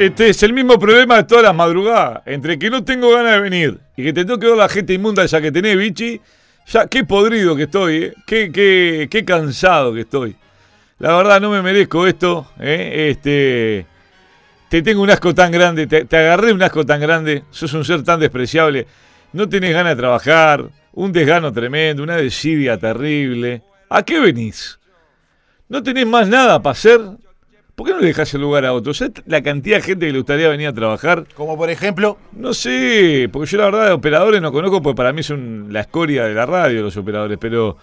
Este es el mismo problema de todas las madrugadas. Entre que no tengo ganas de venir y que te tengo que ver la gente inmunda esa que tenés, bichi. Ya, qué podrido que estoy, ¿eh? qué, qué, qué cansado que estoy. La verdad, no me merezco esto. ¿eh? Este, te tengo un asco tan grande, te, te agarré un asco tan grande. Sos un ser tan despreciable. No tenés ganas de trabajar. Un desgano tremendo, una desidia terrible. ¿A qué venís? ¿No tenés más nada para hacer? ¿Por qué no le dejás el lugar a otro? ¿Sabés la cantidad de gente que le gustaría venir a trabajar? Como por ejemplo, No sé, porque yo la verdad de operadores no conozco, porque para mí son la escoria de la radio los operadores, pero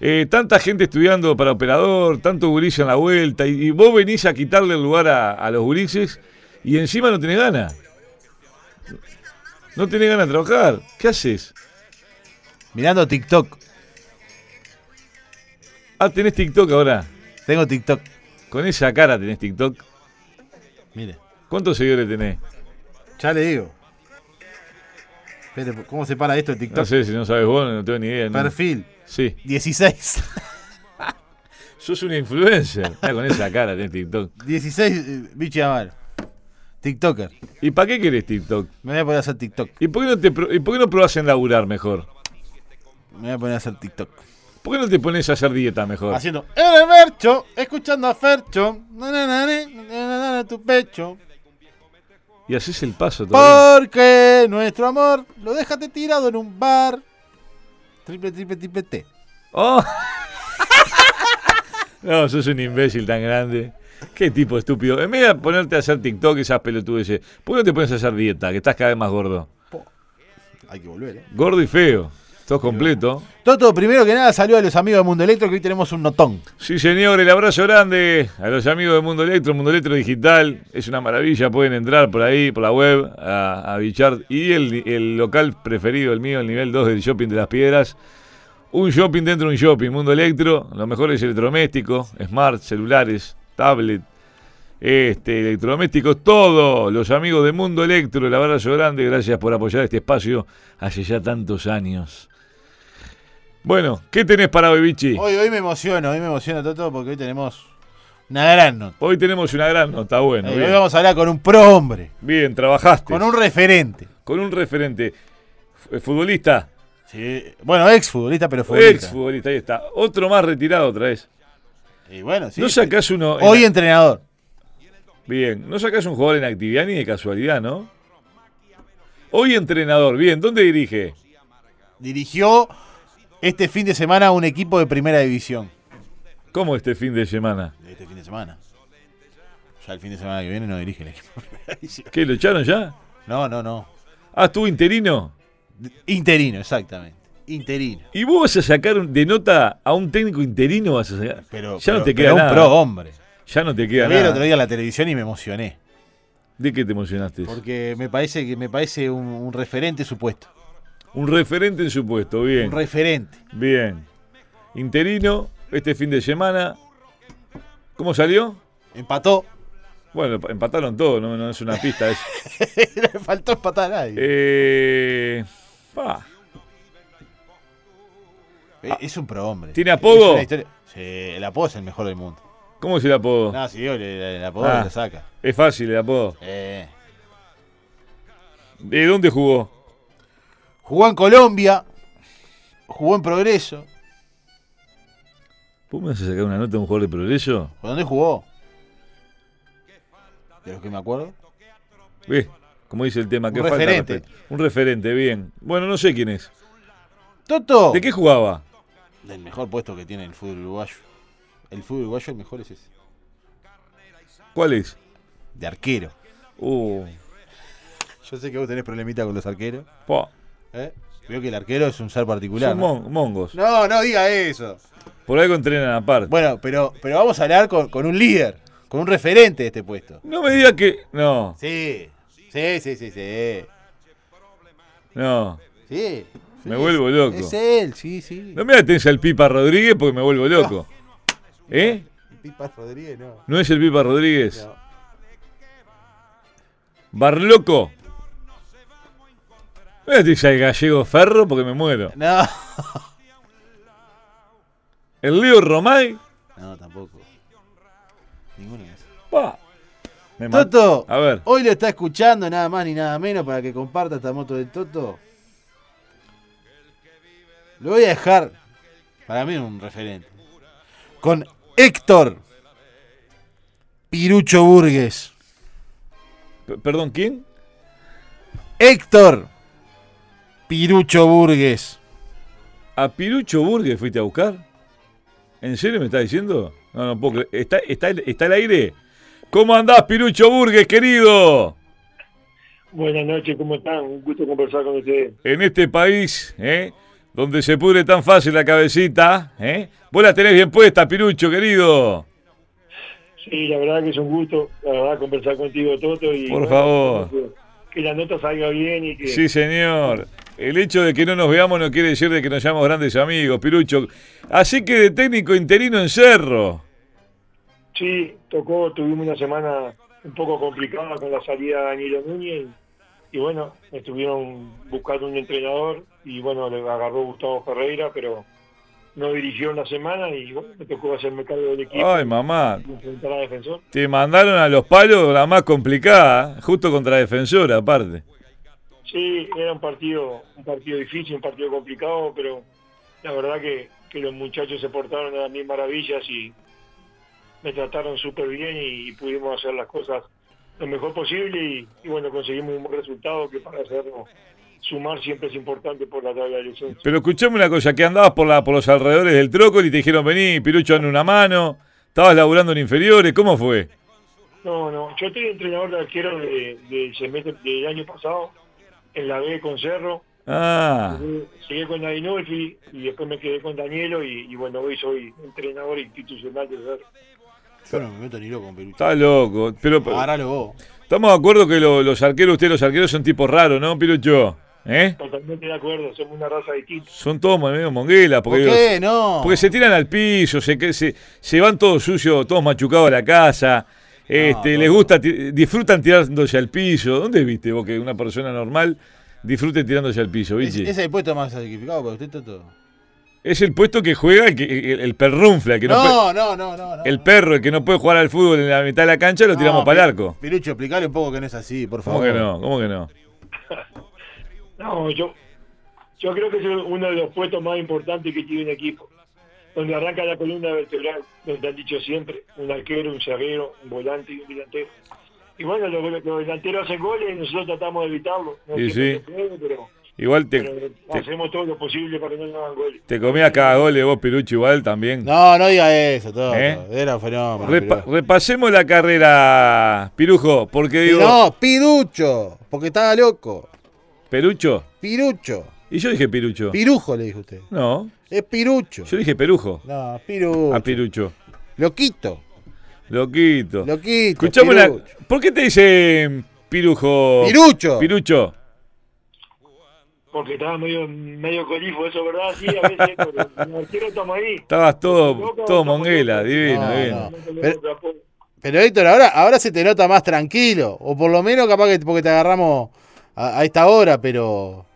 eh, tanta gente estudiando para operador, tanto guris en la vuelta, y, y vos venís a quitarle el lugar a, a los gurises y encima no tenés ganas. No tenés ganas de trabajar. ¿Qué haces? mirando TikTok. Ah, tenés TikTok ahora. Tengo TikTok. Con esa cara tenés TikTok. Mire, ¿Cuántos seguidores tenés? ya le digo. Espere, ¿cómo se para esto de TikTok? No sé si no sabes vos, no tengo ni idea. ¿no? Perfil Sí. 16. Sos una influencer. Ah, con esa cara tenés TikTok. 16, eh, bichi Amal. TikToker. ¿Y para qué querés TikTok? Me voy a poner a hacer TikTok. ¿Y por qué no, te, pro- y por qué no probás en laburar mejor? Me voy a poner a hacer TikTok. ¿Por qué no te pones a hacer dieta mejor? Haciendo el Fercho, escuchando a Fercho. na, na, na, na, na, na, na, tu pecho. Y haces el paso todavía. Porque nuestro amor lo dejaste tirado en un bar. Triple, triple, triple T. Oh. no, sos un imbécil tan grande. Qué tipo estúpido. En vez de ponerte a hacer TikTok esas pelotudeces, ¿por qué no te pones a hacer dieta? Que estás cada vez más gordo. Hay que volver, eh. Gordo y feo. Todo completo. Toto, primero que nada, salió a los amigos de Mundo Electro que hoy tenemos un notón. Sí, señor, el abrazo grande a los amigos de Mundo Electro, Mundo Electro Digital. Es una maravilla, pueden entrar por ahí, por la web, a, a bichar. Y el, el local preferido, el mío, el nivel 2 del Shopping de las Piedras. Un shopping dentro de un shopping, Mundo Electro. Lo mejor es electrodoméstico, smart, celulares, tablet, este, electrodomésticos, todo. Los amigos de Mundo Electro, el abrazo grande, gracias por apoyar este espacio hace ya tantos años. Bueno, ¿qué tenés para hoy, Bichi? Hoy, hoy me emociono, hoy me emociono, Toto, porque hoy tenemos una gran nota. Hoy tenemos una gran nota, bueno. Eh, bien, hoy vamos a hablar con un pro hombre, Bien, trabajaste. con un referente. Con un referente. F- eh, Futbolista. Sí, Bueno, ex futbolista, pero futbolista. Ex futbolista, ahí está. Otro más retirado otra vez. Y bueno, sí. no sacás uno. en- Hoy entrenador. Bien, no sacás un jugador en actividad ni de casualidad, ¿no? Hoy entrenador, bien, ¿dónde dirige? Dirigió este fin de semana a un equipo de primera división. ¿Cómo este fin de semana? Este fin de semana. Ya el fin de semana que viene no dirige el equipo. de primera división. ¿Qué, lo echaron ya? No, no, no. Ah, tú interino. D- Interino, exactamente. Interino. ¿Y vos vas a sacar un- de nota a un técnico interino? Vas a sacar? Pero, ya no pero- te pero queda un nada. pro hombre. Ya no te Lo queda vi el otro nada. día en la televisión y me emocioné. ¿De qué te emocionaste? Porque me parece que me parece un, un referente supuesto. Un referente en su puesto, bien. Un referente. Bien. Interino, este fin de semana. ¿Cómo salió? Empató. Bueno, empataron todo, no, no es una pista. Es, Le faltó empatar a nadie. eh, pa, Eh, es un pro hombre. ¿tiene apodo? Es una historia- Sí, el apodo es el mejor del mundo. ¿Cómo es el apodo? No, si yo le- el apodo Oh. Ah. lo saca. Es fácil el apodo. Eh, ¿De dónde jugó? Jugó en Colombia. Jugó en Progreso. ¿Vos me vas a sacar una nota de un jugador de progreso? ¿Por dónde jugó? De lo que me acuerdo. Ve, como dice el tema, Un que falta de referente. respeto. Un referente, bien. Bueno, no sé quién es. Toto. ¿De qué jugaba? Del mejor puesto que tiene el fútbol uruguayo. El fútbol uruguayo el mejor es ese. ¿Cuál es? De arquero. Uh, Yo sé que vos tenés problemita con los arqueros. pa, ¿eh? Creo que el arquero es un ser particular. son ¿no? mon- mongos. no, no diga eso. Por algo entrenan aparte. Bueno, pero, pero vamos a hablar con, con un líder, con un referente de este puesto. No me digas que... No, Sí, sí, sí, sí, sí. no. Sí. Me vuelvo loco. Es él, sí, sí. No me atensa el Pipa Rodríguez porque me vuelvo loco. ¿Eh? Pipa Rodríguez, no. ¿No es el Pipa Rodríguez? No. ¿Barloco? No me atenza el gallego Ferro porque me muero. No, ¿El Leo Romay? no tampoco. Ninguno de esos. Pa. Me ma- Toto, A ver. hoy lo está escuchando nada más ni nada menos para que comparta esta moto de Toto. Lo voy a dejar, para mí un referente, con Héctor Pirucho Burgues. P- Perdón, ¿quién? Héctor Pirucho Burgues. ¿A Pirucho Burgues fuiste a buscar? ¿En serio me estás diciendo? No, no puedo creer. ¿Está, está, el- está el aire? ¿Cómo andás, Pirucho Burgues, querido? Buenas noches, ¿cómo están? Un gusto conversar con ustedes. En este país, ¿eh? Donde se pudre tan fácil la cabecita, ¿eh? Vos la tenés bien puesta, Pirucho, querido. Sí, la verdad que es un gusto, la verdad, conversar contigo, Toto. Y, Por favor. Que, que la nota salga bien y que... Sí, señor. El hecho de que no nos veamos no quiere decir de que nos seamos grandes amigos, Pirucho. Así que de técnico interino en Cerro. Sí, tocó, tuvimos una semana un poco complicada con la salida de Danilo Núñez. Y, y bueno, estuvieron buscando un entrenador y bueno, le agarró Gustavo Ferreira, pero no dirigió en la semana y bueno, me tocó hacerme cargo del equipo Ay, mamá. y enfrentar a Defensor. Te mandaron a los palos la más complicada, justo contra defensora, aparte. Sí, era un partido, un partido difícil, un partido complicado, pero la verdad que, que los muchachos se portaron a mil maravillas y me trataron súper bien y, y pudimos hacer las cosas lo mejor posible y, y bueno, conseguimos un buen resultado que para hacerlo sumar siempre es importante por la tabla de licencia. Pero escuchame una cosa, que andabas por, la, por los alrededores del trócoli y te dijeron, vení, Pirucho, en una mano. Estabas laburando en inferiores, ¿cómo fue? No, no, yo estoy entrenador de arquero de, del semestre- del año pasado en la B con Cerro, Ah, Seguí con Adinolfi y después me quedé con Danielo y, y bueno, hoy soy entrenador institucional de Cerro. Yo no me meto ni loco con Pirucho. está loco. Pero pero- Agárralo vos. estamos de acuerdo que lo- los arqueros, ustedes los arqueros son tipos raros, ¿no, Pirucho? ¿Eh? Totalmente de acuerdo, somos una raza distinta. Son todos medio monguelas, ¿Por porque, qué? No. porque se tiran al piso, se, que- se, se van todos sucios, todos machucados a la casa. Este, no, les no. gusta, ti- disfrutan tirándose al piso. ¿Dónde viste vos que una persona normal disfrute tirándose al piso, Es, Vichy? es el puesto más sacrificado para usted, Toto. Es el puesto que juega el, que- el, el perrunfla, el que no puede- No, no, no, no. no. el perro, el que no puede jugar al fútbol en la mitad de la cancha, lo No, tiramos para el Pi- arco. Pirucho, explicale un poco que no es así, por ¿Cómo favor. que no? ¿Cómo que no? No, yo, yo creo que es uno de los puestos más importantes que tiene un equipo. Donde arranca la columna vertebral, donde han dicho siempre, un arquero, un cerrero, un volante y un delantero. Y bueno, los, los delanteros hacen goles y nosotros tratamos de evitarlo. No Y siempre sí. se puede, pero, Igual te, pero hacemos todo lo posible para que no nos hagan goles. te comías cada gol de vos, Pirucho, igual también. No, no diga eso, Toto. ¿Eh? Era un fenómeno. Repa- Pirucho. repasemos la carrera, Pirujo, porque digo, No, Pirucho, porque estaba loco. Perucho. Pirucho. Y yo dije Pirucho. Pirujo le dijo usted. no, Es Pirucho. yo Ah, dije Perujo. No, Pirucho. A Pirucho. Loquito. Loquito. Loquito. Escuchame una. Pirucho. ¿Por qué te dicen Pirujo? Pirucho. Pirucho. Porque estaba medio, medio colifo, eso, ¿verdad? Sí, a veces, pero el arquero estamos ahí. Estabas todo, Loco, todo estamos monguela, locos. divino, No, divino. no. Pero- Pero Héctor, ahora, ahora se te nota más tranquilo. O por lo menos capaz que porque te agarramos a, a esta hora, pero.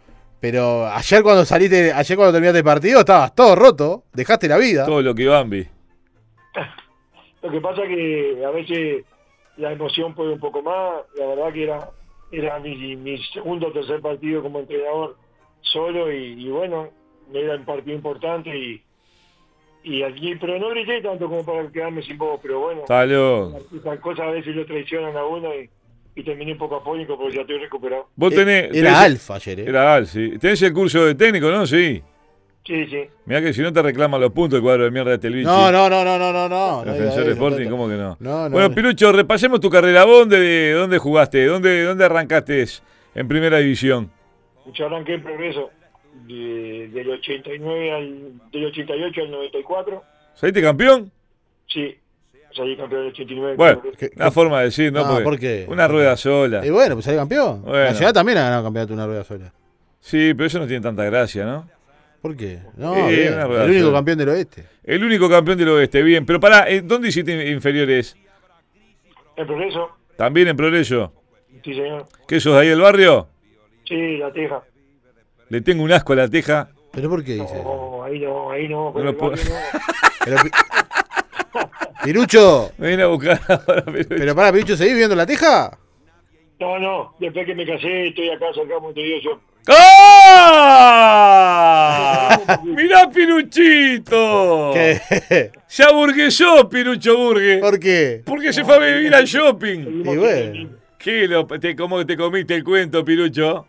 Pero ayer cuando saliste, ayer cuando terminaste el partido, estabas todo roto, dejaste la vida. Todo lo que Bambi. Lo que pasa que a veces la emoción puede un poco más. La verdad que era, era mi, mi segundo o tercer partido como entrenador solo y, y bueno, era un partido importante y, y aquí, pero no grité tanto como para quedarme sin voz, pero bueno, Está loco. esas cosas a veces lo traicionan a uno y, y terminé un poco afónico porque ya estoy recuperado. Vos tenés. Eh, era tenés- alfa ayer, eh. Era Al, sí. Tenés el curso de técnico, ¿no? Sí. Sí, sí. Mirá que si no te reclaman los puntos el cuadro de mierda de Telvichi. No, no, no, no, no, no, no. no diga Defensor eso, Sporting, Toto. ¿cómo que no? No, no, bueno, no. Pirucho, repasemos tu carrera. ¿Vos dónde, dónde jugaste? ¿Dónde, ¿Dónde arrancaste en primera división? Yo arranqué en progreso de- del 89 al del 88 al 94. ¿Saliste campeón? Sí, salí campeón del 89. en Bueno, Progreso. ¿Qué- una forma de decir, ¿no? No, Porque ¿por qué? Una rueda sola. Y bueno, pues salió campeón. Bueno. La ciudad también ha ganado campeonato una rueda sola. Sí, pero eso no tiene tanta gracia, ¿no? ¿Por qué? No, Eh, bien, una rueda el único sola. campeón del oeste. El único campeón del oeste, bien. Pero pará, ¿eh, ¿dónde hiciste inferiores? En progreso, ¿También en Progreso? sí señor. ¿Qué sos de ahí del barrio? Sí, la teja. Le tengo un asco a la teja. ¿Pero por qué dice? No, ahí no, ahí no. No lo puedo- no. Pero, Pi- Pirucho, Me viene a buscar ahora, pero- pero para Pirucho, ¿seguís viviendo en la teja? No, no, después que me casé, estoy acá cerca de Montevideo. Yo, ¡Ah! ¡Mirá, Piruchito! ¿Qué? Se aburguesó, Pirucho Burgue. ¿Por qué? Porque se fue a vivir al shopping. seguimos Y bueno. ¿Qué lo, te, ¿Cómo te comiste el cuento, Pirucho?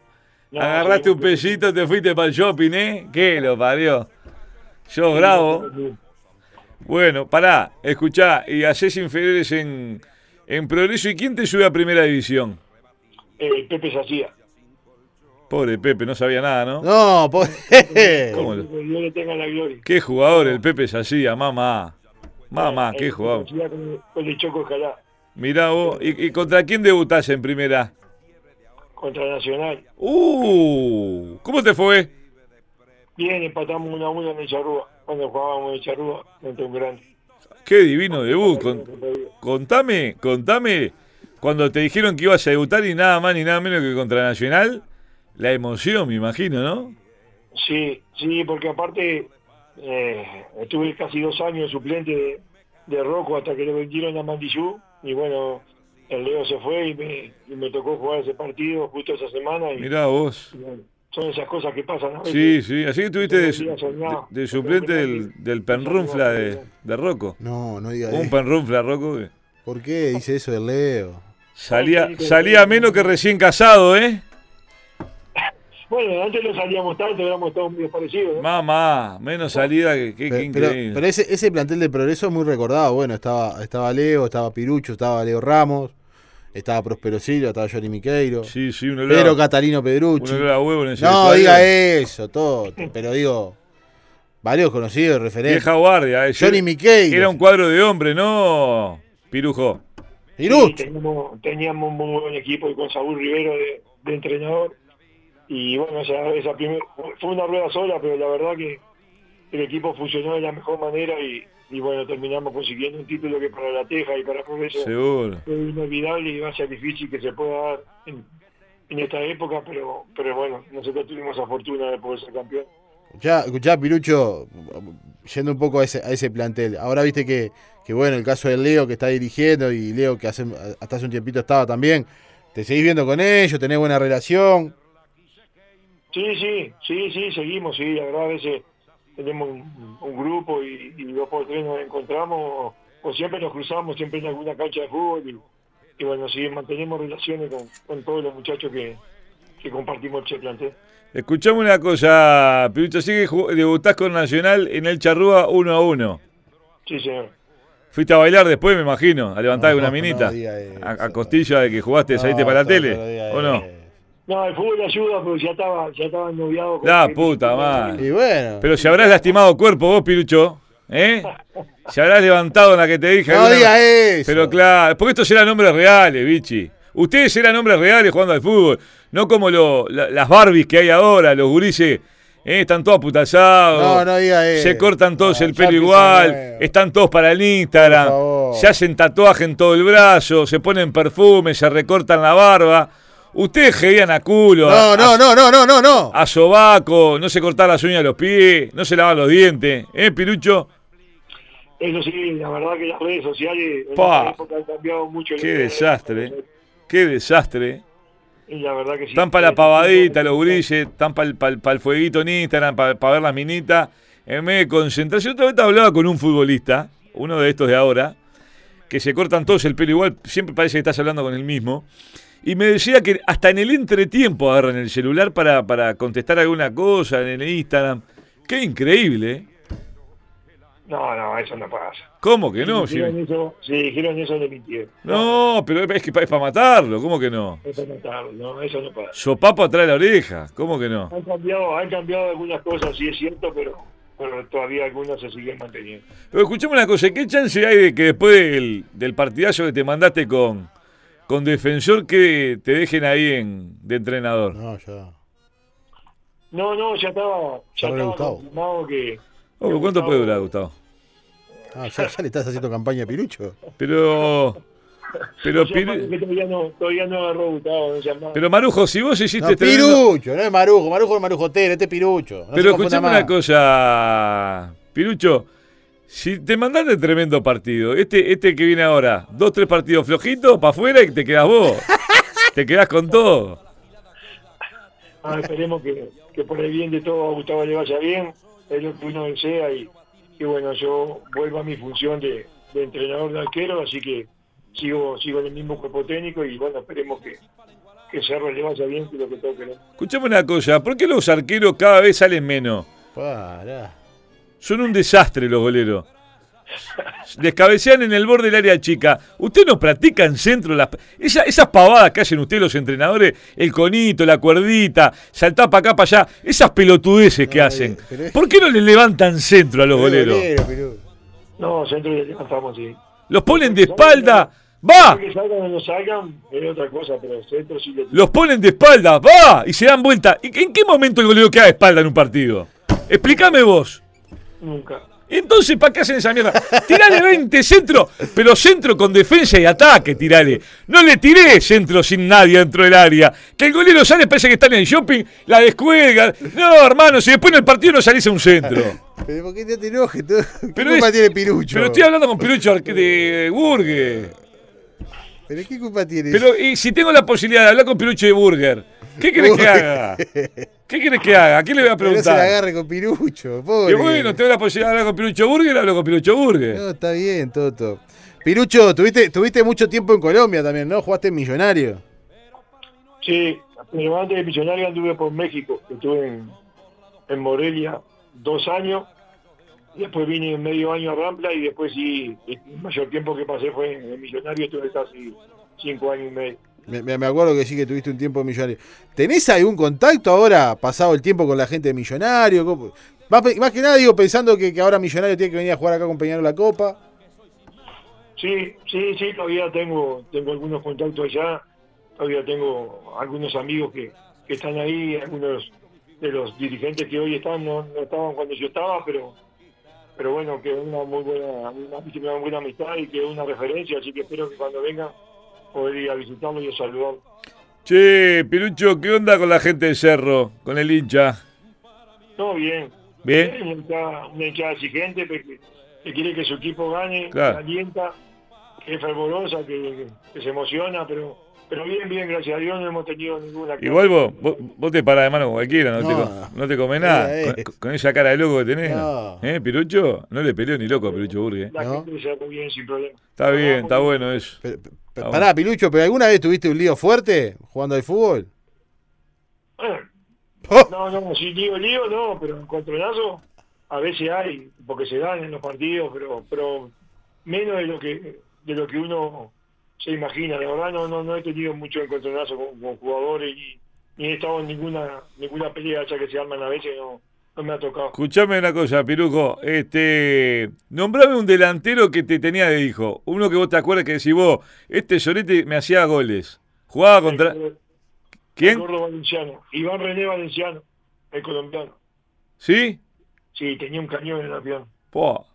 No, Agarraste un seguimos pellito, te fuiste para el shopping, ¿eh? ¿Qué lo parió? Yo bravo. creciendo. Bueno, pará, escuchá, y haces inferiores en, en progreso. ¿Y quién te sube a primera división? Eh, Pepe Sacía. Pobre Pepe, no sabía nada, ¿no? No, pobre. ¿Cómo lo- Que Dios le tenga la gloria. Qué jugador el Pepe Sacía, mamá. Mamá, qué Eh, jugador. Sacía Con, con el Choco Escalá, Mirá vos, ¿y, y contra quién debutás en primera? contra Nacional. ¡Uh! ¿Cómo te fue? Bien, empatamos 1 a 1 en el Charrúa, cuando jugábamos en el Charrúa contra un grande. ¡Qué divino debut! Con- contame, contame, cuando te dijeron que ibas a debutar y nada más ni nada menos que contra Nacional, la emoción, me imagino, ¿no? Sí, sí, porque aparte eh, estuve casi dos años suplente de, de Rocco hasta que lo vendieron a Mandillú y bueno, el Leo se fue y me, y me tocó jugar ese partido justo esa semana y Mirá vos. bueno, son esas cosas que pasan a veces. Sí, sí, así que estuviste de, su- Yo no había soñado. de- de suplente del, del penrunfla de, de Rocco. No, no diga Un eso. penrunfla, Rocco. que ¿Por qué dice eso de Leo? Salía, salía menos que recién casado, ¿eh? Bueno, antes no salíamos tanto, éramos todos muy parecidos. ¿no? Mamá, menos salida que, que- que Pero, pero- increíble. pero ese, ese plantel de progreso es muy recordado. Bueno, estaba, estaba Leo, estaba Pirucho, estaba Leo Ramos, estaba Próspero Silva, estaba Johnny Miqueiro, sí, sí, uno Pedro olor a- Catalino un Pedrucci. olor a huevo en ese No, vestuario. diga eso, todo. Pero digo, varios conocidos, referentes. Vieja guardia. eh. Johnny Miqueiro. Era un cuadro de hombre, ¿no? Pirujo. Sí, Pirucho. teníamos, teníamos un muy buen equipo y con Saúl Rivero de, de entrenador. Y bueno, esa, esa primer- fue una rueda sola, pero la verdad que el equipo funcionó de la mejor manera y, y bueno, terminamos consiguiendo un título que para la Teja y para Progreso Seguro. fue inolvidable y va a ser difícil que se pueda dar en, en esta época, pero, pero bueno, nosotros tuvimos la fortuna de poder ser campeón. Escuchá, escuchá, Pirucho, yendo un poco a ese, a ese plantel. Ahora viste que, que, bueno, el caso de Leo que está dirigiendo y Leo que hace, hasta hace un tiempito estaba también. Te seguís viendo con ellos, tenés buena relación. Sí, sí, sí, sí, seguimos, sí, la verdad a veces tenemos un, un grupo y, y dos por tres nos encontramos o, o siempre nos cruzamos, siempre en alguna cancha de fútbol y, y bueno, sí, mantenemos relaciones con, con todos los muchachos que, que compartimos el plantel. Escuchame una cosa, Pirucho. Así que jugó- debutás con Nacional en el Charrúa 1 a 1. Sí, señor. Fuiste a bailar después, me imagino, a levantar No, una no minita. diga eso. a, a costilla de que jugaste, saliste No, para la no, tele. no diga ¿O no? eso. No, el fútbol ayuda, pero ya estaba, ya estaba noviado. con- La puta madre. Y bueno. Pero si habrás lastimado cuerpo vos, Pirucho, ¿eh? Si habrás levantado en la que te dije. no alguna- diga eso. Pero claro, porque estos eran hombres reales, bichi. Ustedes eran hombres reales jugando al fútbol, no como lo- la- las Barbies que hay ahora, los gurises, eh, están todos putazados. No, no diga eso. se cortan todos No, el ya pelo empieza igual, nuevo. están todos para el Instagram, Por favor. se hacen tatuaje en todo el brazo, se ponen perfume, se recortan la barba. Ustedes geían a culo, a- No, no, no, no, no, no, no. a sobaco, no se cortaban las uñas de los pies, no se lavaban los dientes, ¿eh, Pirucho? Eso sí, la verdad que las redes sociales en Pa. esta época han cambiado mucho. Qué desastre, qué desastre. ¿eh? Y la verdad que sí. Están para la pavadita, los gurises, están para el, fueguito en Instagram, para ver las minitas, Eh, en vez de concentrarse. Otra vez hablaba con un futbolista, uno de estos de ahora, que se cortan todos el pelo igual, siempre parece que estás hablando con el mismo, y me decía que hasta en el entretiempo agarran el celular para, para contestar alguna cosa en el Instagram. Qué increíble, ¿eh? No, no, eso no pasa. ¿Cómo que no? Si Si- dijeron eso, si dijeron eso le mintieron. No, pero es que pa- es para matarlo, ¿cómo que no? Eso no está, no, eso no pasa. Sopapo atrás de la oreja, ¿cómo que no? Han cambiado, han cambiado algunas cosas, sí es cierto, pero, pero todavía algunas se siguen manteniendo. Pero escuchame una cosa, ¿qué chance hay de que después del, del partidazo que te mandaste con, con defensor que te dejen ahí en, de entrenador? No, ya. No, no, ya estaba, Ya ya habrá estaba gustado. confirmado que Oh, ¿Cuánto puede durar, Gustavo? Ah, ya, ya le estás haciendo campaña a Pirucho. Pero. Pero, yo Pir- parece que todavía no, todavía no agarró Gustavo, no se llama. pero Marujo, si vos hiciste No, Este tremendo- Pirucho, no es Marujo. Marujo es Marujotero, este es Pirucho. No se Pero confunda escuchame más. una cosa, Pirucho. Si te mandaste tremendo partido, este, este que viene ahora, dos, tres partidos flojitos, para afuera y te quedas vos. te quedas con todo. Ah, esperemos que, que por el bien de todo a Gustavo le vaya bien, es lo que uno desea y, y bueno, yo vuelvo a mi función de, de entrenador de arquero, así que sigo sigo en el mismo cuerpo técnico y bueno, esperemos que, que Cerro le vaya bien, que es lo que toque. Escuchame una cosa, ¿por qué los arqueros cada vez salen menos? Pará. Son un desastre los goleros. Descabecean en el borde del área chica. Usted no practica en centro las... Esa- esas pavadas que hacen ustedes los entrenadores, el conito, la cuerdita, saltar para acá, para allá, esas pelotudeces que No, hacen. pero es- ¿Por qué no les levantan centro a los goleros? Golero, Perú. No, centro le levantamos, sí. Los ponen de espalda, va, Que salgan o no salgan es otra cosa, pero centro sí le los ponen de espalda, va, y se dan vuelta. ¿Y ¿En qué momento el golero queda de espalda en un partido? Explícame vos. nunca. Entonces, ¿para qué hacen esa mierda? Tirale 20 centro, pero centro con defensa y ataque, tirale. No le tiré centro sin nadie dentro del área. Que el golero sale, parece que está en el shopping, la descuelga. No, hermano, si después en el partido no salís a un centro. Pero ¿por qué no te enojes? tú? ¿Qué Pero culpa es- tiene Pirucho? Pero estoy hablando con Pirucho Arque- de Burger. ¿Pero qué culpa tiene? Pero y si tengo la posibilidad de hablar con Pirucho de Burger, ¿qué querés que haga? ¿Qué querés que haga? ¿A quién le voy a Pero no se la preguntar? agarre con Pirucho, pobre. Que bueno, tengo la posibilidad de hablar con Pirucho Burger, hablo con Pirucho Burger. No, está bien, Toto. Pirucho, tuviste, tuviste mucho tiempo en Colombia también, ¿no? Jugaste en Millonario. Sí, pero antes de Millonario anduve por México, estuve en, en Morelia dos años, después vine medio año a Rampla y después sí, el mayor tiempo que pasé fue en, en Millonario, estuve casi cinco años y medio. Me, me- me acuerdo que sí que tuviste un tiempo en Millonario. ¿Tenés algún contacto ahora, pasado el tiempo, con la gente de Millonario? ¿Cómo- Más, pe- más que nada, digo, pensando que, que ahora Millonario tiene que venir a jugar acá con Peñarol la Copa. Sí, sí, sí, todavía tengo, tengo algunos contactos allá, todavía tengo algunos amigos que, que están ahí, algunos de los dirigentes que hoy están no, no estaban cuando yo estaba, pero pero bueno, que una muy buena, una, una buena amistad y que una referencia, así que espero que cuando venga poder ir a visitarlo y a saludar. Che, Pirucho, ¿qué onda con la gente de Cerro? Con el hincha. Todo bien. Bien. Una hinchada, una hinchada exigente pero que, que quiere que su equipo gane, Claro. que alienta, que es fervorosa, que, que se emociona, pero pero bien, bien, gracias a Dios no hemos tenido ninguna. Igual vos, vos, vos te parás de mano con cualquiera, no, te, co- no te comes nada. Mira, eh. Con, con esa cara de loco que tenés. No. ¿Eh, Pirucho? No le peleó ni loco a Pirucho Burger. La ¿no? gente se hace bien sin problema. Está bien, está bueno eso. Pero- pe- pe- Ah, pará, Pirucho, ¿pero alguna vez tuviste un lío fuerte jugando al fútbol? Eh, Oh, No, no, sí, lío, lío, no, pero encontronazo a veces hay, porque se dan en los partidos, pero pero menos de lo que de lo que uno se imagina. La verdad no no, no he tenido mucho encontronazo con, con jugadores ni, ni he estado en ninguna ninguna pelea ya que se arman a veces, no, no me ha tocado. Escuchame una cosa, Pirujo. Este, nombrame un delantero que te tenía de hijo. Uno que vos te acuerdas que decís vos, este Llorete me hacía goles. Jugaba contra. El ¿Quién? gordo valenciano, Iván René Valenciano, el colombiano. ¿Sí? Sí, tenía un cañón en la pierna. Po.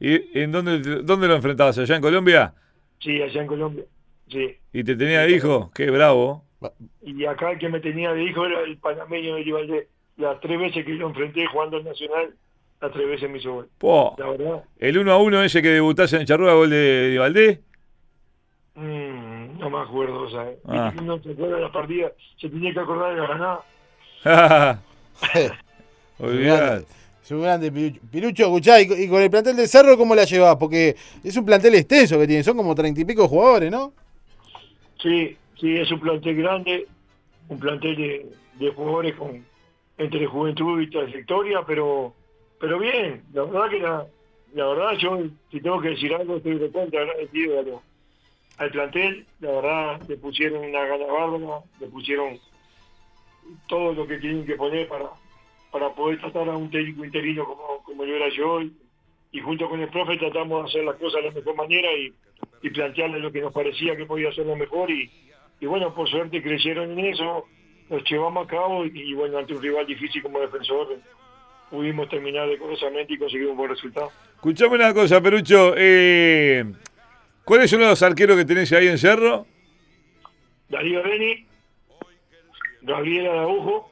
¿Y en dónde, dónde lo enfrentabas? ¿Allá en Colombia? Sí, allá en Colombia. Sí. ¿Y te tenía de hijo? Qué bravo. y acá el que me tenía de hijo era el panameño de Valdés. Las tres veces que lo enfrenté jugando al Nacional, las tres veces me hizo gol. Po. La verdad, El 1 a 1 ese que debutase en Charrúa, gol de, de Valdés. mm, no me acuerdo, ¿sabes? Ah. No se acuerda de la partida, se tenía que acordar de la ganada. Olvidate. Es un grande Pirucho. Pirucho, escuchá, y, co- y con el plantel de Cerro, ¿cómo la llevás? Porque es un plantel extenso que tienen, son como treinta y pico jugadores, ¿no? Sí, sí, es un plantel grande, un plantel de, de jugadores con entre juventud y trayectoria, pero pero bien, la verdad que la, la verdad yo, si tengo que decir algo, estoy de cuenta agradecido a lo- al plantel, la verdad le pusieron una gana bárbara, le pusieron todo lo que tienen que poner para, para poder tratar a un técnico interino como, como lo era yo y, y junto con el profe tratamos de hacer las cosas de la mejor manera y, y plantearle lo que nos parecía que podía hacerlo mejor y, y bueno, por suerte creyeron en eso, los llevamos a cabo y, y bueno, ante un rival difícil como defensor pudimos terminar decorosamente y conseguir un buen resultado. Escuchame una cosa, Perucho. Eh, ¿Cuáles son los arqueros que tenés ahí en Cerro? Darío Beni, Gabriel Araujo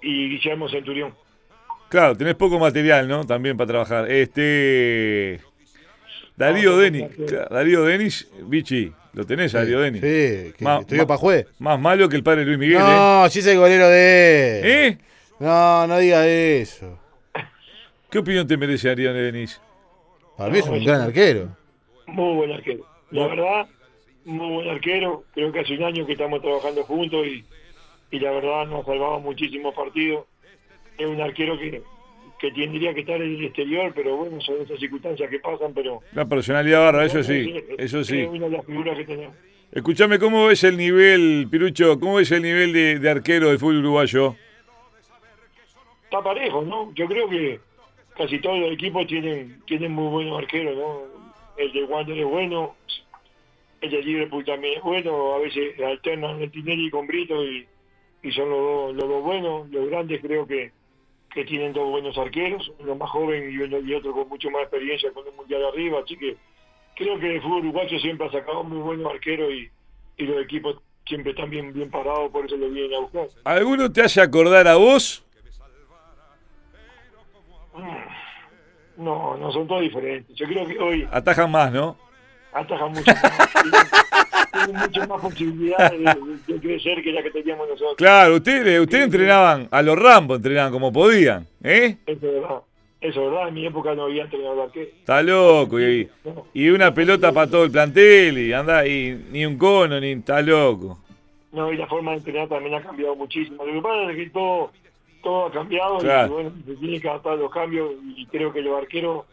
y Guillermo Centurión. Claro, tenés poco material, ¿no? También para trabajar. Este. Darío No, Denis. no, no. Claro, Darío Denis, Vichy. Lo tenés, a Darío Denis. Sí, que Ma- estudió ma- Pajué. Más malo que el padre Luis Miguel, No, sí es el golero de él. ¿eh? ¿Eh? No, no diga eso. ¿Qué opinión te merece Darío Denis? Para mí es un No, gran arquero. Muy buen arquero. La verdad, muy buen arquero. Creo que hace un año que estamos trabajando juntos y, y la verdad nos ha salvado muchísimos partidos. Es un arquero que, que tendría que estar en el exterior, pero bueno, son esas circunstancias que pasan, pero... La personalidad barra, eso sí, eso sí. Es una de las figuras que tenemos. Escuchame, ¿cómo ves el nivel, Pirucho? ¿Cómo ves el nivel de, de arquero del fútbol uruguayo? Está parejo, ¿no? Yo creo que casi todos los equipos tienen, tienen muy buenos arqueros, ¿no? El de Wander es bueno, el de Liverpool también es bueno, a veces alternan el Tinelli con Brito y, y son los dos, los dos buenos, los grandes creo que, que tienen dos buenos arqueros, uno más joven y, uno, y otro con mucho más experiencia con un mundial arriba, así que creo que el fútbol uruguayo siempre ha sacado muy buenos arqueros y, y los equipos siempre están bien, bien parados, por eso lo vienen a buscar. ¿Alguno te hace acordar a vos? No, no son todos diferentes. Yo creo que hoy Atajan más, ¿no? ataja mucho más. Tiene muchas más posibilidades de, de crecer que la que teníamos nosotros. Claro, ustedes, ustedes entrenaban a los Rambo, entrenaban como podían, ¿eh? Eso es verdad. Eso es verdad. En mi época no había entrenador arquero. Está loco, y, y una pelota para todo el plantel, y anda, y ni un cono, ni está loco. No, y la forma de entrenar también ha cambiado muchísimo. Lo que pasa es que todo, todo ha cambiado Claro. y bueno, se tiene que adaptar a los cambios y creo que los arqueros,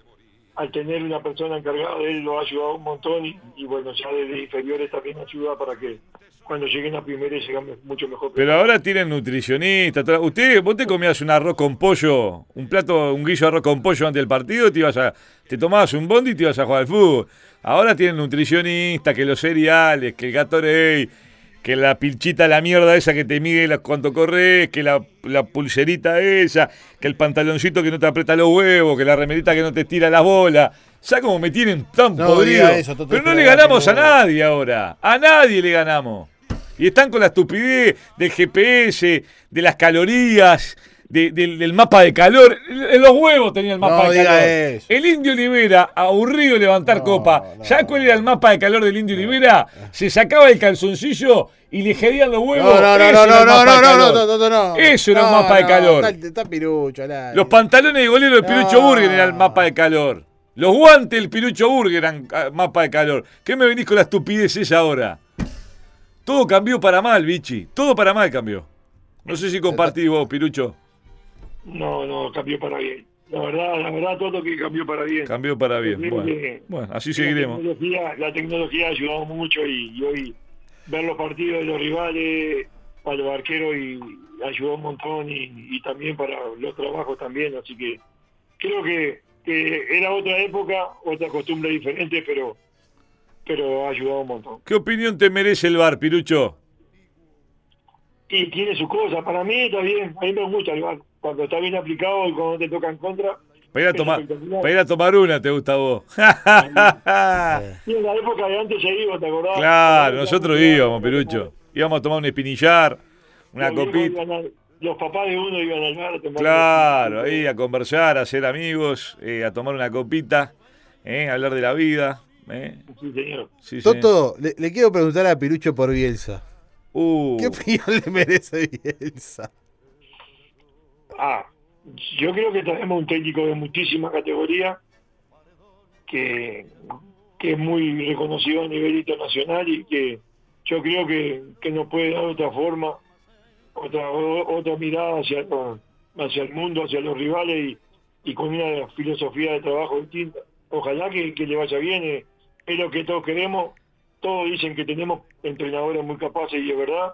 al tener una persona encargada de él, lo ha ayudado un montón y, y bueno, ya desde inferiores también ayuda para que cuando lleguen a primera lleguen mucho mejor. Pero ahora tienen nutricionista. tra- Usted, vos te comías un arroz con pollo, un plato, un guillo de arroz con pollo antes del partido, te ibas a, te tomabas un bondi y te ibas a jugar al fútbol. Ahora tienen nutricionista, que los cereales, que el Gatorade, que la pilchita, la mierda esa que te mide la- cuánto corres, que la, la pulserita esa, que el pantaloncito que no te aprieta los huevos, que la remerita que no te tira las bolas. Ya como me tienen tan No, podrido. diga eso, Toto, Pero no que le la verdad ganamos que a no. nada nadie ahora. A nadie le ganamos. Y están con la estupidez del GPS, de las calorías, de- del, del mapa de calor. En los huevos tenía el mapa No de diga calor. eso. El indio Olivera, aburrido levantar No, copa. no. Eh. ¿Sabes cuál era el mapa de calor del indio Olivera? Se sacaba el calzoncillo y le gedían los huevos. No, no, no, Eso no, era no, el no, mapa no, de no, calor. no, no, no. Eso era un No, mapa de no, calor. Está, está pirucho, ala. Los pantalones de golero del Pirucho No. Burger eran el mapa de calor. Los guantes del Pirucho Burger eran ah, mapa de calor. ¿Qué me venís con la estupidez esa ahora? Todo cambió para mal, bichi. Todo para mal cambió. No sé si compartís vos, Pirucho. No, no, cambió para bien. La verdad, la verdad, todo que cambió para bien. Cambió para bien. Bueno, bueno, así seguiremos. La tecnología, la tecnología ha ayudado mucho y, y hoy ver los partidos de los rivales para los arqueros y ayudó un montón y, y también para los trabajos también. Así que creo que, que era otra época, otra costumbre diferente, pero, pero ha ayudado un montón. ¿Qué opinión te merece el bar, Pirucho? Y tiene sus cosas. Para mí está bien, a mí me gusta el VAR. Cuando está bien aplicado y cuando te toca en contra, Para ir a tomar, Espectacular. para ir a tomar una, te gusta a vos. Sí, en la época de antes se iba, ¿te acordás? claro, nosotros íbamos, Pirucho. Íbamos a tomar un espinillar, una Los viejos copita. iban al- Los papás de uno iban al bar a tomar- Claro, ahí a conversar, a hacer amigos, eh, a tomar una copita, eh, a hablar de la vida. eh. Sí, señor. Sí, sí. Toto, le, le quiero preguntar a Pirucho por Bielsa. Uh, ¿Qué opinión le merece Bielsa? Ah, yo creo que tenemos un técnico de muchísima categoría que, que es muy reconocido a nivel internacional y que yo creo que, que nos puede dar otra forma, otra o- otra mirada hacia, lo- hacia el mundo, hacia los rivales y, y con una filosofía de trabajo distinta. Ojalá que, que le vaya bien, eh, es lo que todos queremos. Todos dicen que tenemos entrenadores muy capaces y es verdad,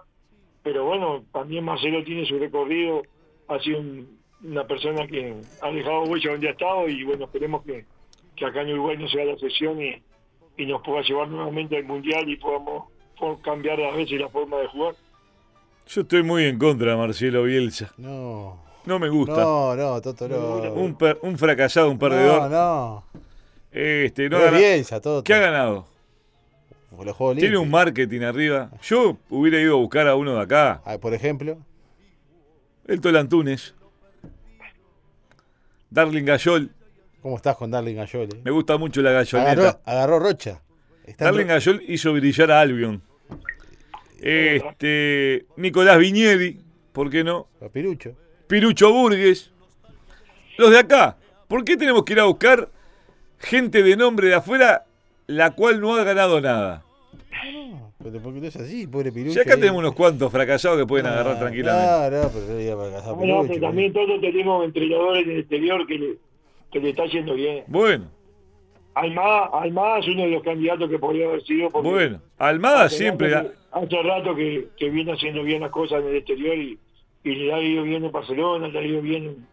pero bueno, también Marcelo tiene su recorrido, ha sido un- una persona que ha dejado huella donde ha estado y bueno, esperemos que, que acá en Uruguay no sea la sesión y, y nos pueda llevar nuevamente al Mundial y podamos po- cambiar a veces la forma de jugar. yo estoy muy en contra de Marcelo Bielsa. No. No me gusta. No, no, Toto, no. Un, per- un fracasado, un perdedor. No, no. Este, no No es gana- Bielsa, Toto. ¿Qué ha ganado? Como Los Juegos Tiene un Olímpicos. marketing arriba. Yo hubiera ido a buscar a uno de acá. Ah, Por ejemplo. El Tolantunes. Darling Gallol. ¿Cómo estás con Darling Gallol? eh? Me gusta mucho la galloneta. Agarró, agarró Rocha. Está en Darling Gallol hizo brillar a Albion. Este, Nicolás Viñeri, ¿por qué no? Ro- Pirucho. Pirucho Burgues. Los de acá. ¿Por qué tenemos que ir a buscar gente de nombre de afuera la cual no ha ganado nada? No, pero porque no es así, pobre Pirucho. Si acá ahí. Ah, tenemos unos cuantos fracasados que pueden agarrar tranquilamente. No, no, pero no le iba a fracasar Bueno, Pirucho. pero también todos tenemos entrenadores del exterior que le, que le está yendo bien. Bueno, Almada, Almada es uno de los candidatos que podría haber sido. Porque bueno. Almada hace siempre. ah. rato que- Hace rato que, que viene haciendo bien las cosas en el exterior y, y le ha ido bien en Barcelona, le ha ido bien en,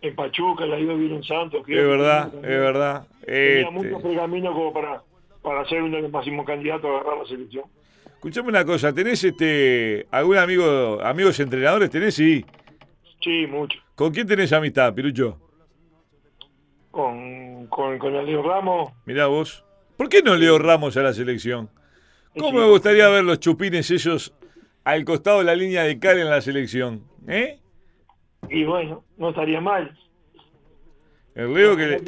en Pachuca, le ha ido bien en Santos. Es verdad, es verdad. Tenía Este, muchos pergaminos como para, para ser uno de los máximos candidatos a agarrar la selección. Escuchame una cosa, ¿tenés este algún amigo, amigos entrenadores? ¿Tenés? Sí. Sí, mucho. ¿Con quién tenés amistad, Pirucho? Con, con, con el Leo Ramos. Mirá vos. ¿Por qué no Leo Ramos a la selección? ¿Cómo me gustaría ver los chupines ellos al costado de la línea de cal en la selección? ¿Eh? Y bueno, no estaría mal. El Leo que le,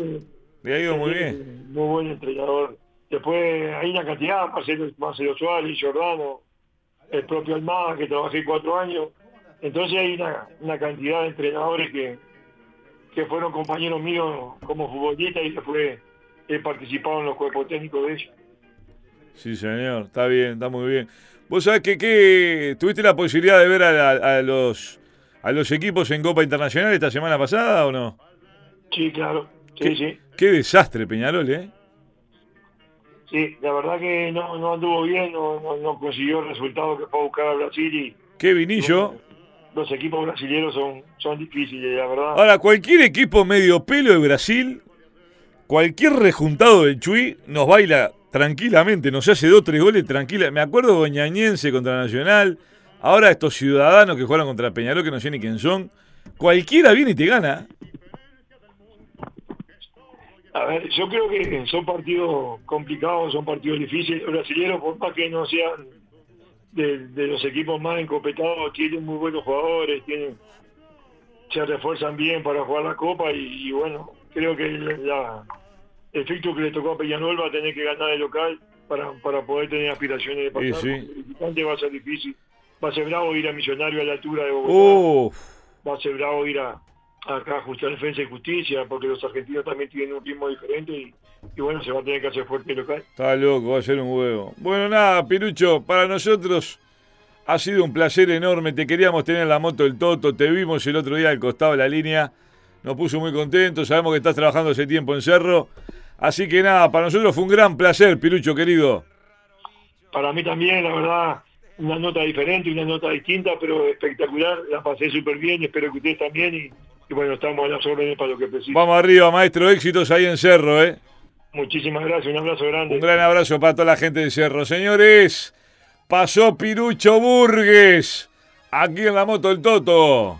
le ha ido muy bien. Muy buen entrenador. Después hay una cantidad, Marcelo, Marcelo Suárez, Giordano, el propio Almada, que trabajé cuatro años. Entonces hay una, una cantidad de entrenadores que, que fueron compañeros míos como futbolistas y después he participado en los cuerpos técnicos de ellos. Sí, señor, está bien, está muy bien. Vos sabés que, qué? tuviste la posibilidad de ver a, la- a los, a los equipos en Copa Internacional esta semana pasada o no? Sí, claro. Sí, ¿Qué? sí. Qué desastre, Peñarol, ¿eh? Sí, la verdad que no, no anduvo bien, no, no, no consiguió el resultado que fue a buscar a Brasil y Qué vinillo. los equipos brasileños son, son difíciles, la verdad. Ahora, cualquier equipo medio pelo de Brasil, cualquier rejuntado del Chuy nos baila tranquilamente, nos hace dos, tres goles tranquila. Me acuerdo Goñañense contra Nacional, ahora estos ciudadanos que jugaron contra Peñarol, que no sé ni quién son, cualquiera viene y te gana. A ver, yo creo que son partidos complicados, son partidos difíciles. Los brasileños, por más que no sean de, de los equipos más encopetados, tienen muy buenos jugadores, tienen se refuerzan bien para jugar la Copa y, y bueno, creo que la, el fixture que le tocó a Peñarol va a tener que ganar el local para, para poder tener aspiraciones de pasar. Sí, sí. porque El visitante va a ser difícil. Va a ser bravo ir a Millonario a la altura de Bogotá Uf, va a ser bravo ir a, acá a ajustar defensa y justicia, porque los argentinos también tienen un ritmo diferente y, y bueno, se va a tener que hacer fuerte local. está loco, va a ser un huevo. Bueno, nada, Pirucho, para nosotros ha sido un placer enorme. Te queríamos tener en la moto del Toto, te vimos el otro día al costado de la línea. Nos puso muy contentos, sabemos que estás trabajando hace tiempo en Cerro. Así que nada, para nosotros fue un gran placer, Pirucho querido. Para mí también, la verdad, una nota diferente, una nota distinta, pero espectacular. La pasé súper bien, espero que ustedes también y, y bueno, estamos a las órdenes para lo que precisen. Vamos arriba, maestro, éxitos ahí en Cerro, ¿eh? Muchísimas gracias, un abrazo grande. Un gran abrazo para toda la gente de Cerro. Señores, pasó Pirucho Burgues, aquí en la moto del Toto.